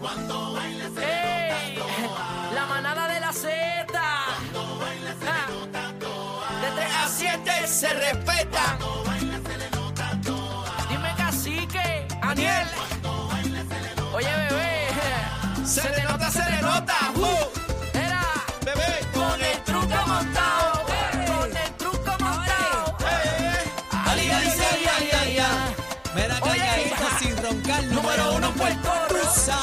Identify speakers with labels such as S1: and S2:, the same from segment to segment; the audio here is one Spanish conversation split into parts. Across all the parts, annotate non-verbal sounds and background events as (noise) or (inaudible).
S1: Cuando baila se
S2: ¡Ey! La manada de la Z. Ah. De 3 a 7 se respetan. Dime cacique, Aniel. Oye, bebé.
S3: Se le nota, se le nota. uh,
S2: Era
S3: Bebé,
S2: con el truco montado. Con el truco montado.
S3: Ali, ali, ali, ali, ali, ali. Me da
S2: Oye.
S3: calladita sin roncar. Número uno, Puerto Rusa.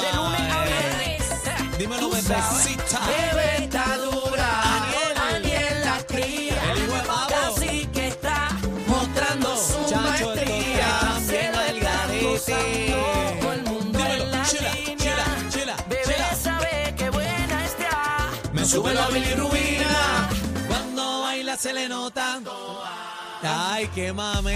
S2: De lunes a viernes.
S3: Dímelo,
S2: Tú sabes.
S3: bebecita.
S2: Bebé está dura.
S3: Aniel.
S2: Aniel la cría.
S3: El hijo de pavo.
S2: Casi que está mostrando su
S3: Chacho, esto
S2: maestría.
S3: está bien
S2: Haciendo
S3: al
S2: el garete.
S3: garete.
S2: Todo el mundo
S3: Dímelo,
S2: en la
S3: chila,
S2: línea.
S3: chila, chila,
S2: Bebé
S3: chila.
S2: sabe que buena está.
S3: Me sube la bilirrubina. Cuando baila se le nota. Ay, qué mame,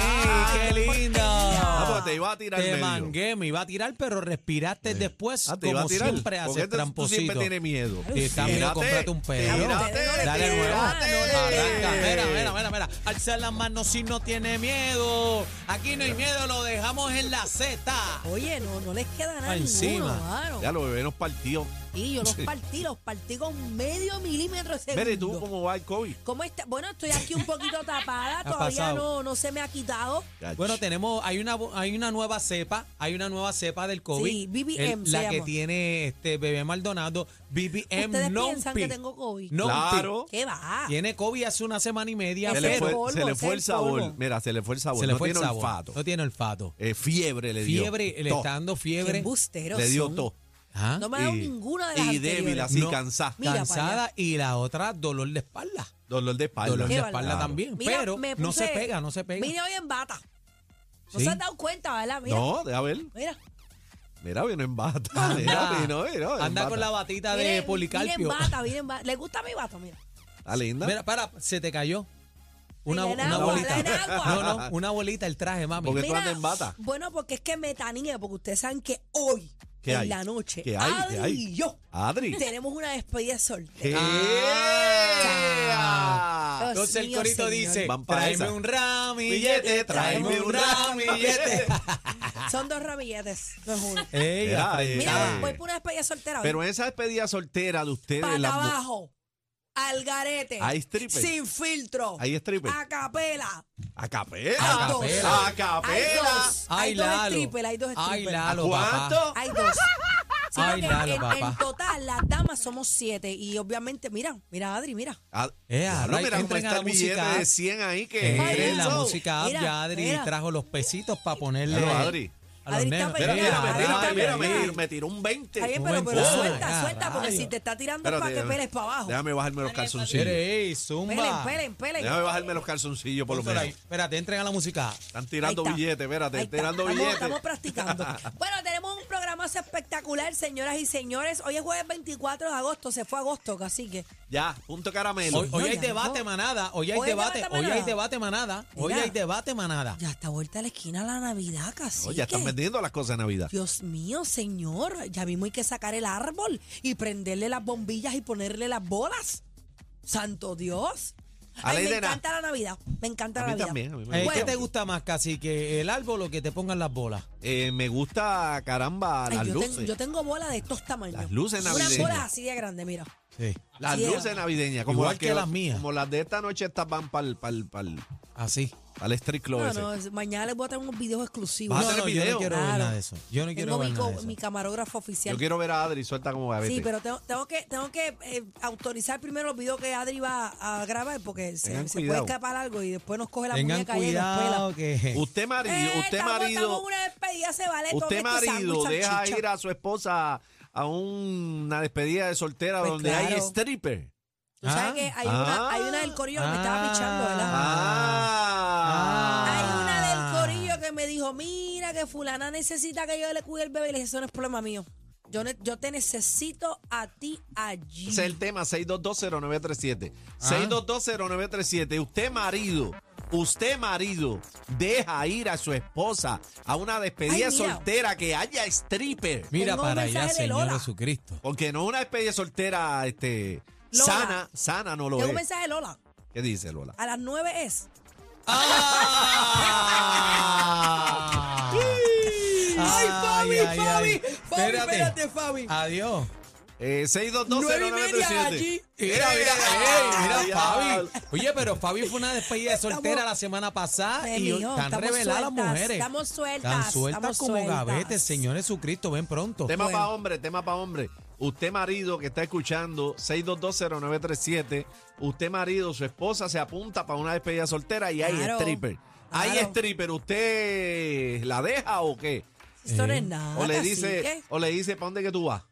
S3: qué lindo.
S2: Ah,
S4: pues te iba a tirar
S3: Te
S4: medio.
S3: mangué, me iba a tirar, pero respiraste después,
S4: Ah, te iba a
S3: como
S4: tirar.
S3: siempre
S4: ¿Por qué
S3: haces
S4: te- tú
S3: tramposito.
S4: siempre tienes miedo.
S3: Y está bien,
S4: Tírate,
S3: cómprate un perro.
S4: tírate,
S3: Dale
S4: tírate.
S3: nuevo. Arranca, mira, mira, mira, mira. Alza las manos si no tiene miedo. Aquí no hay miedo, lo dejamos en la Z.
S5: Oye, no, no les queda nada
S3: Ah, encima.
S5: ninguno, (laughs) mano.
S4: Ya los bebés nos partió.
S5: Y yo los partí, los partí con medio milímetro de segundo.
S4: Mira, ¿y tú cómo va el COVID?
S5: ¿Cómo está? Bueno, estoy aquí un poquito
S3: (laughs)
S5: tapada, todavía
S3: pasado.
S5: no, no se me ha quitado.
S3: Bueno, tenemos, hay una, hay una nueva cepa, hay una nueva cepa del COVID.
S5: Sí, BBM se
S3: la que
S5: llama.
S3: tiene este bebé Maldonado, BBM
S5: Ustedes
S3: Em, no
S5: piensan que tengo COVID.
S3: No
S4: Claro.
S5: ¿Qué va?
S3: Tiene COVID hace una semana y media,
S4: Se
S5: Ese
S4: le,
S3: pero
S4: fue,
S5: polvo,
S4: se le
S5: ese
S4: fue el
S5: es
S4: sabor.
S5: polvo.
S4: Mira, se le fue el sabor.
S3: se le
S4: no
S3: fue el
S4: tiene
S3: sabor.
S4: olfato.
S3: No tiene olfato.
S4: Eh, fiebre le dio.
S3: Fiebre, le
S4: Tos.
S3: está dando
S5: Qué
S3: fiebre. ¿Ah?
S5: embusteros
S4: Le dio
S5: son.
S4: todo.
S3: Ajá.
S5: No me ha dado
S4: Y-
S5: ninguna de las
S4: Y
S5: anteriores.
S4: débil, así
S3: No.
S4: cansada.
S5: Mira para
S3: Cansada y la otra dolor de espalda.
S4: Dolor de espalda.
S3: dolor de
S5: Qué
S3: espalda
S5: bárbaro.
S3: también,
S5: Mira,
S3: pero
S5: me
S3: no se
S5: puse-
S3: pega, no se pega.
S5: Mira, hoy en bata. No
S3: Sí.
S5: se han dado cuenta, ¿verdad? Mira,
S4: No, deja ver.
S5: mira.
S4: Mira, vino en bata. Mira,
S3: Anda,
S4: vino, vino en
S3: anda
S4: bata.
S3: con la batita
S5: Miren-
S3: de
S5: miren
S3: Policarpio.
S5: bata, miren bata. ¿Le gusta mi bata? Mira.
S4: Está
S3: (laughs)
S4: linda.
S3: Mira, para, se te cayó. Una,
S5: la
S3: una
S5: enagua, la
S3: bolita.
S5: enagua.
S3: No, no, una bolita el traje, mami.
S4: Porque- ¿Por qué tú andas en bata?
S5: Bueno, porque es que me tanía, porque ustedes saben que hoy,
S4: ¿Qué
S5: en
S4: hay?
S5: la noche,
S4: ¿Qué hay?
S5: Adri
S4: ¿Qué hay?
S5: y yo
S4: Adri.
S5: tenemos una despedida de soltero.
S4: ¡Eh!
S3: Ah. Entonces el
S5: Dios mío,
S3: corito
S5: señor.
S3: dice,
S4: Van pa'
S3: tráeme
S4: esa.
S3: un ramillete, tráeme un
S4: (laughs)
S3: ramillete.
S5: Son dos ramilletes, no es uno.
S3: Ey,
S4: Mira,
S3: aprendí.
S5: Mira,
S4: eh,
S5: voy por una despedida de soltera.
S4: Pero en esa despedida soltera de ustedes,
S5: para
S4: las mu-
S5: abajo, al garete,
S4: Hay stripper.
S5: sin filtro,
S4: Hay stripper.
S5: a capela,
S4: a capela.
S5: hay dos,
S3: capela.
S4: A capela.
S5: hay dos,
S3: Ay,
S5: hay dos
S3: Lalo.
S5: strippers, hay dos
S3: Ay,
S5: strippers.
S3: Lalo, papá.
S4: ¿Cuánto?
S3: (laughs)
S5: Hay dos. Sí,
S3: Oh. Ay,
S5: porque
S3: Lalo,
S5: en, en
S3: papá.
S5: total, las damas somos siete. Y obviamente, mira, mira, Adri, mira.
S4: Ah,
S3: Eh, ahora hay
S4: diablo,
S3: que
S4: mira cómo
S3: entrar en
S4: está
S3: la
S4: el billete
S3: música.
S4: de 100 ahí que
S3: Eh,
S5: Ay,
S3: la
S5: eso.
S3: música,
S5: Mira,
S3: ya Adri
S5: mira.
S3: trajo los pesitos para ponerle
S4: Claro, Adri.
S3: a los
S5: Adri está
S3: nenes.
S5: pegada,
S3: Mira,
S4: Mira,
S3: mira,
S5: Adri está
S4: me,
S3: mira,
S4: tira, me,
S3: mira.
S5: pegada.
S4: tiró, me tiró un 20.
S5: Está bien,
S3: Un
S5: pero,
S3: buen
S5: pero
S3: punto.
S5: suelta,
S3: Ah,
S5: suelta, porque
S3: rayos.
S5: si te está tirando
S4: Espérate,
S5: para que
S4: déjame-
S5: peles para abajo.
S4: Déjame bajarme los calzoncillos.
S3: Ey, zumba.
S5: Pelen, pelen, pelen.
S4: Déjame bajarme los calzoncillos por lo
S3: Póntela ahí.
S4: menos.
S3: Espérate, entren a la música.
S4: Están
S5: Ahí
S4: tirando
S5: está.
S4: billetes, espérate, están
S5: Ahí está.
S4: tirando
S5: Estamos-
S4: billetes.
S5: Estamos practicando. Bueno, tenemos un programazo espectacular, señoras y señores. Hoy es jueves 24 de agosto, se fue agosto, así que
S4: (laughs) Ya, punto caramelo.
S3: Hoy, hoy
S5: No,
S3: hay
S5: ya
S3: debate,
S5: no.
S3: manada. Hoy hay
S5: Hoy hay
S3: debate,
S5: debate,
S3: hoy hay
S5: manada.
S3: debate, manada. Hoy
S5: Mira.
S3: hay debate, manada.
S5: ya está vuelta a la esquina la Navidad casi.
S4: Oye, ya están vendiendo las cosas de Navidad.
S5: Dios mío, señor, ya mismo hay que sacar el árbol y prenderle las bombillas y ponerle las bolas. Santo Dios. Ay, me
S4: Alegre na-
S5: encanta la Navidad. Me encanta
S4: A
S5: la
S4: mí
S5: Navidad.
S4: también, a mí me
S3: Eh,
S5: Bueno,
S3: ¿Qué te gusta más, casi que el árbol o que te pongan las bolas?
S4: Eh, me gusta, caramba,
S5: ay,
S4: las
S5: yo,
S4: luces.
S5: tengo, yo tengo bolas de estos tamaños.
S4: Las luces navideñas.
S5: Unas bolas así de grande, mira.
S3: Sí.
S4: Las
S5: Sí,
S4: luces
S5: era.
S4: navideñas, como
S3: Igual
S4: las
S3: que las mías.
S4: Como las de esta noche estas van para el,
S3: Así.
S4: street club
S5: No,
S4: ese.
S5: no, es- mañana les voy a traer unos videos exclusivos.
S4: Vas a
S3: no,
S4: hacer
S3: no,
S4: el
S3: yo no
S4: video.
S3: quiero ver
S5: Claro.
S3: nada de eso. Yo no quiero
S5: Tengo
S3: ver
S5: mi,
S3: nada
S5: co-
S3: de eso.
S5: mi camarógrafo oficial.
S4: Yo quiero ver a Adri suelta como bebé.
S5: sí, pero tengo, tengo que, tengo que eh, autorizar primero los videos que Adri va a grabar porque se,
S4: Tengan
S5: se puede
S4: cuidado.
S5: escapar algo y después nos coge la
S3: Tengan
S5: muñeca y nos pela.
S3: cuidado que...
S4: Usted marido,
S5: Eh,
S4: usted
S5: estamos- estamos
S4: marido,
S5: en una despedida, se vale todo
S4: usted
S5: este
S4: marido
S5: sándwich,
S4: deja
S5: salchicha.
S4: ir a su esposa a una despedida de soltera
S5: Pues
S4: donde hay
S5: claro.
S4: stripper.
S5: Tú sabes
S3: Ah.
S5: que hay,
S4: Ah.
S5: una, hay una del corillo que me estaba pichando, ¿verdad?
S4: Ah.
S5: Hay una del corillo que me dijo, mira que fulana necesita que yo le cuide el bebé. Y le dije, eso no es problema mío. Yo, ne- yo te necesito a ti allí.
S4: Ese es el tema, 6220937. 6220937. Usted marido, usted marido, deja ir a su esposa a una despedida
S5: Ay, mira.
S4: soltera que haya stripper.
S3: Mira
S5: Tengo un
S3: para allá,
S5: mensaje de
S3: Señor
S5: Lola.
S4: (laughs)
S3: Jesucristo.
S4: Porque no es una despedida soltera este,
S5: Lola.
S4: sana, sana no lo
S5: Tengo un
S4: es.
S5: mensaje de Lola.
S4: ¿Qué dice Lola?
S5: A las 9 es.
S3: ¡Ah!
S5: ¡Ay,
S3: Ay,
S5: Fabi, Fabi, Fabi, espérate, Fabi.
S3: Adiós.
S4: Eh,
S5: Nueve y media allí.
S4: 6220937.
S3: Mira,
S4: Ey,
S3: mira,
S4: ey,
S3: ey, mira,
S4: diablo.
S3: Fabi. Oye, pero Fabi fue una despedida de
S5: Estamos-
S3: soltera la semana pasada
S5: Pues,
S3: y
S5: mijo,
S3: están
S5: estamos
S3: reveladas las
S5: sueltas,
S3: mujeres.
S5: estamos sueltas,
S3: Están sueltas
S5: estamos
S3: como
S5: sueltas.
S3: gavetes, Señor Jesucristo, ven pronto.
S4: Tema
S5: Bueno.
S4: para hombre, tema para hombre. Usted marido que está escuchando, 6220937. Usted marido, su esposa se apunta para una despedida soltera y hay
S5: Claro,
S4: stripper. Hay
S5: claro.
S4: stripper, ¿usted la deja o qué?
S5: Esto no
S3: Eh.
S5: es nada.
S4: O le
S5: cacique.
S4: dice, o le dice, ¿para dónde que tú vas?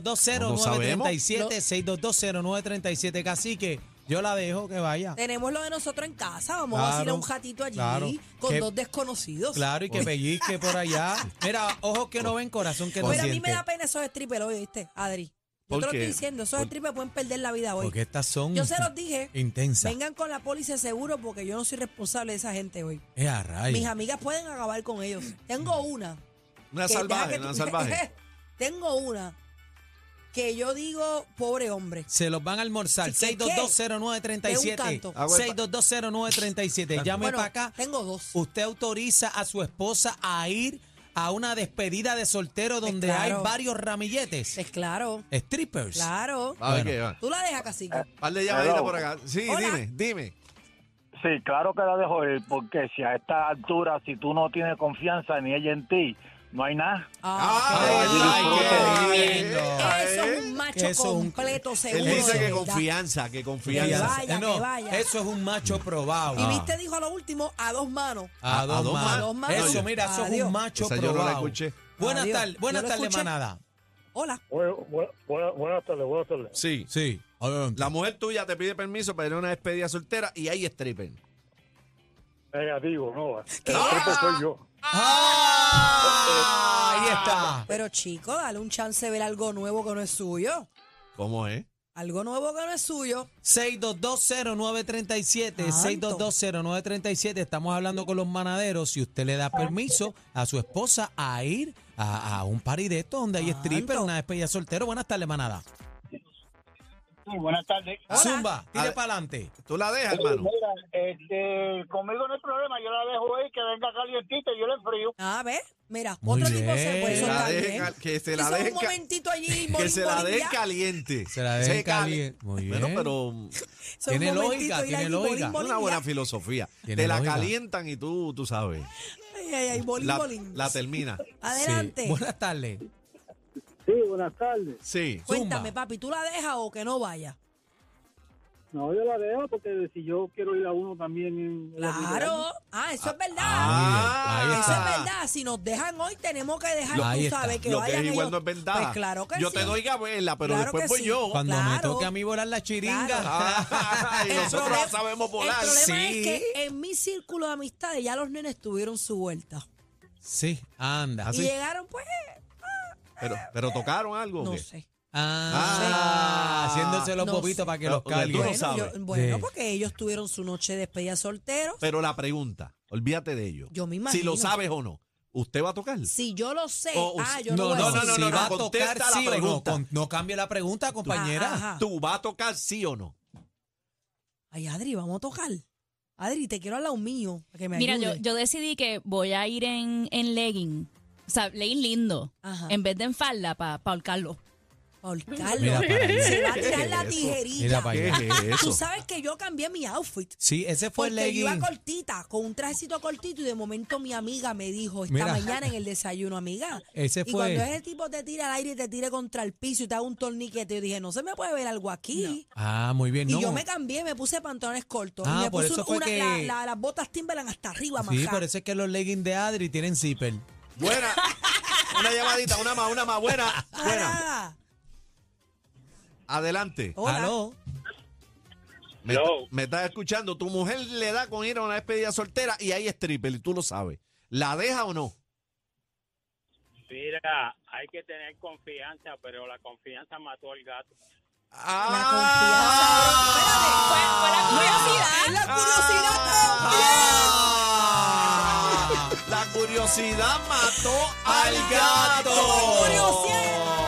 S3: 6220937,
S4: No
S3: 6220937, cacique. Yo la dejo que vaya.
S5: Tenemos lo de nosotros en casa, vamos a ir a
S3: Claro,
S5: un ratito allí
S3: claro.
S5: con
S3: Que-
S5: dos desconocidos.
S3: Claro, y que pellizque por allá. Mira, ojos que no ven, corazón que no
S5: Pero a
S3: siente.
S5: mí me da pena esos strippers hoy, ¿viste, Adri? Yo
S4: ¿Por
S5: te lo
S4: qué?
S5: estoy diciendo, esos
S4: ¿Por-
S5: strippers pueden perder la vida hoy.
S3: Porque estas son
S5: Yo se los dije.
S3: intensas.
S5: Vengan con la póliza de seguro porque yo no soy responsable de esa gente hoy.
S3: Es a rayos.
S5: Mis amigas pueden acabar con ellos. Tengo una.
S4: Una
S5: que deja
S4: salvaje,
S5: que
S4: una
S5: tú-
S4: salvaje.
S5: (laughs) Tengo una que yo digo, pobre hombre.
S3: Se los van a almorzar.
S5: Así que, ¿qué? De un
S3: 6220937.
S5: canto.
S3: 6220937. Llame
S5: Bueno,
S3: para acá.
S5: tengo dos.
S3: Usted autoriza a su esposa a ir a una despedida de soltero donde
S5: Pues claro.
S3: hay varios ramilletes.
S5: Es Pues claro,
S3: Strippers.
S5: claro.
S4: (laughs) A ver
S3: Bueno.
S4: qué va.
S5: Tú la dejas, cacique.
S4: Par de llamaditas
S1: Hello.
S4: por acá. Sí,
S5: Hola.
S4: dime, dime.
S1: Sí, claro que la dejo ir, porque si a esta altura, si tú no tienes confianza ni ella en ti, no hay nada.
S4: Ah.
S5: Ah.
S4: Ay,
S3: qué
S4: ay,
S3: lindo.
S4: ay.
S5: Eso es un macho
S3: Que eso es un-
S5: completo, seguro.
S4: Él dice
S5: de
S4: que
S5: verdad.
S4: confianza, que
S3: Ella-
S5: Que
S4: confianza.
S5: vaya,
S3: Eh, no,
S5: que vaya.
S3: Eso es un macho probado.
S5: Y viste, dijo a lo último, a dos manos.
S3: A,
S4: A
S3: dos,
S4: dos
S3: manos.
S4: manos. A dos
S5: manos.
S3: Eso, mira, eso es
S5: Adiós.
S3: un macho
S4: Esa yo no la
S3: probado.
S4: escuché.
S3: Buenas
S5: Adiós.
S3: tardes, buenas
S5: Yo la
S3: tardes,
S5: escuché.
S3: manada.
S5: Hola.
S6: Bueno, bu- buena- buenas tardes, buenas tardes.
S4: Sí.
S3: Sí.
S4: La mujer tuya te pide permiso para ir a una despedida soltera y hay stripper.
S6: Negativo, no. eh, El
S5: ¿Qué?
S6: tipo soy yo.
S3: ¡Ah! Ahí está.
S5: Pero chico, dale un chance de ver algo nuevo que no es suyo.
S4: ¿Cómo es?
S5: Algo nuevo que no es suyo.
S3: 6220937,
S5: Tanto.
S3: 6220937, estamos hablando con los manaderos, si usted le da permiso a su esposa a ir a, a un party de esto donde hay
S5: Tanto.
S3: stripper, una despedida soltero, buenas tardes, manada.
S1: buenas tardes.
S5: Hola.
S3: Zumba, tire
S4: Ad-
S3: para adelante.
S4: ¿Tú la dejas, hermano?
S1: este, conmigo no hay problema, yo la dejo ir, que venga calientita y yo le enfrío.
S5: A ver, mira,
S3: Muy
S5: otro
S3: bien.
S5: tipo se puede
S4: Que la
S5: soltar
S4: dejen
S5: bien.
S4: cal- que se la
S5: Hizo
S4: dejen
S5: un
S4: ca-
S5: momentito
S4: (laughs)
S5: allí,
S4: Que se la den
S5: molingolinga.
S4: caliente.
S3: Se la dejen
S4: cali-
S3: caliente. Muy
S4: Bueno,
S3: bien.
S4: pero
S5: Hizo un
S3: Tiene
S5: momentito
S3: lógica,
S5: allí,
S3: tiene
S5: bolín,
S3: lógica.
S5: bolín,
S4: una buena
S5: ya.
S4: filosofía.
S3: Tiene
S4: Te la
S3: lógica.
S4: calientan y tú, tú sabes.
S5: Ay, ay, ay, bolín,
S4: La,
S5: bolín.
S4: la termina.
S3: Sí.
S5: Adelante.
S3: Buenas tardes.
S6: Sí, buenas tardes.
S4: Sí.
S5: Cuéntame,
S3: Zumba.
S5: papi, ¿tú la dejas o que no vaya?
S6: No, yo la dejo porque si yo quiero ir a uno también.
S5: Claro. Ah, eso es verdad.
S4: Ah,
S3: Ahí
S5: Eso
S3: está.
S5: es verdad. Si nos dejan hoy, tenemos que dejar,
S3: Lo- ahí
S5: tú
S3: está.
S5: sabes, que
S4: Lo que
S5: vayan
S4: es igual
S5: ellos.
S4: no es verdad.
S5: Pues claro que
S4: yo
S5: sí.
S4: te doy gabela, pero
S5: Claro
S4: después
S5: que
S4: voy
S5: sí.
S4: yo.
S3: (laughs) Cuando me
S5: Oh, Claro.
S3: toque a mí volar la chiringa.
S4: Ajá, y
S5: El
S4: nosotros
S5: problema-
S4: la sabemos volar.
S5: El problema
S3: Sí.
S5: es que en mi círculo de amistades ya los nenes tuvieron su vuelta.
S3: Sí, anda.
S4: ¿Ah, sí?
S5: Y llegaron, pues,
S4: Pero, pero tocaron algo. o
S5: no
S4: qué?
S5: sé.
S3: Ah,
S4: Sí.
S3: haciéndose los
S5: No
S3: bobitos
S5: sé.
S3: para que
S4: Pero,
S3: los calien.
S4: tú no sabes.
S5: yo- bueno,
S3: Sí.
S5: porque ellos tuvieron su noche de despedida solteros.
S4: Pero la pregunta, olvídate de ello.
S5: Yo me
S4: Si
S5: imagino.
S4: lo sabes o no, ¿usted va a tocar?
S5: Si yo lo sé,
S4: O- o-
S5: ah, yo
S4: no,
S5: lo voy a
S4: no,
S5: decir.
S4: no, no,
S3: si
S4: no,
S3: va a
S4: contesta
S3: tocar
S4: la
S3: sí o no.
S4: pregunta.
S3: Con- no cambie la pregunta, compañera.
S5: Ajá.
S4: ¿Tú vas a tocar sí o no?
S5: Ay, Adri, vamos a tocar. Adri, te quiero al lado mío. para que me
S7: Mira, yo,
S5: ayude.
S7: yo decidí que voy a ir en, en legging. O sea, legging lindo.
S5: Ajá.
S7: En vez de en falda para pa ahorcarlo.
S5: Paul Carlos,
S3: Mira para allá.
S5: se va a
S4: ¿Qué
S5: tirar
S4: es
S5: la
S4: eso?
S5: tijerilla.
S3: Mira para
S4: ¿Qué
S3: allá.
S4: es
S5: Tú
S4: (laughs) eso?
S5: sabes que yo cambié mi outfit.
S3: Sí, ese fue
S5: Porque
S3: el
S5: yo iba
S3: legging.
S5: cortita, con un trajecito cortito, y de momento mi amiga me dijo esta
S3: Mira.
S5: mañana en el desayuno, amiga.
S3: Ese
S5: y
S3: fue-
S5: cuando ese tipo te tira al aire y te tire contra el piso y te haga un torniquete, yo dije, no se me puede ver algo aquí.
S3: Ah, muy bien.
S5: Y
S3: no.
S5: yo me cambié, me puse pantalones cortos.
S3: Ah,
S5: y me
S3: por
S5: puse
S3: eso fue
S5: una-
S3: que-
S5: la- la- las botas Timberland hasta arriba,
S3: Sí,
S5: majá.
S3: por eso es que los leggings de Adri tienen zipper.
S4: Buena. Una llamadita, una más, una más. Buena. Buena.
S5: Pará.
S4: Adelante.
S5: Hola.
S3: Aló.
S4: Me, está- me estás escuchando. Tu mujer le da con ir a una despedida soltera y hay stripper y tú lo sabes. ¿La deja o no?
S8: Mira, hay que tener confianza, pero la confianza mató al gato.
S5: Ah, es
S4: Ah.
S5: la curiosidad también.
S4: La curiosidad Ah, mató al gato.
S5: Curiosidad.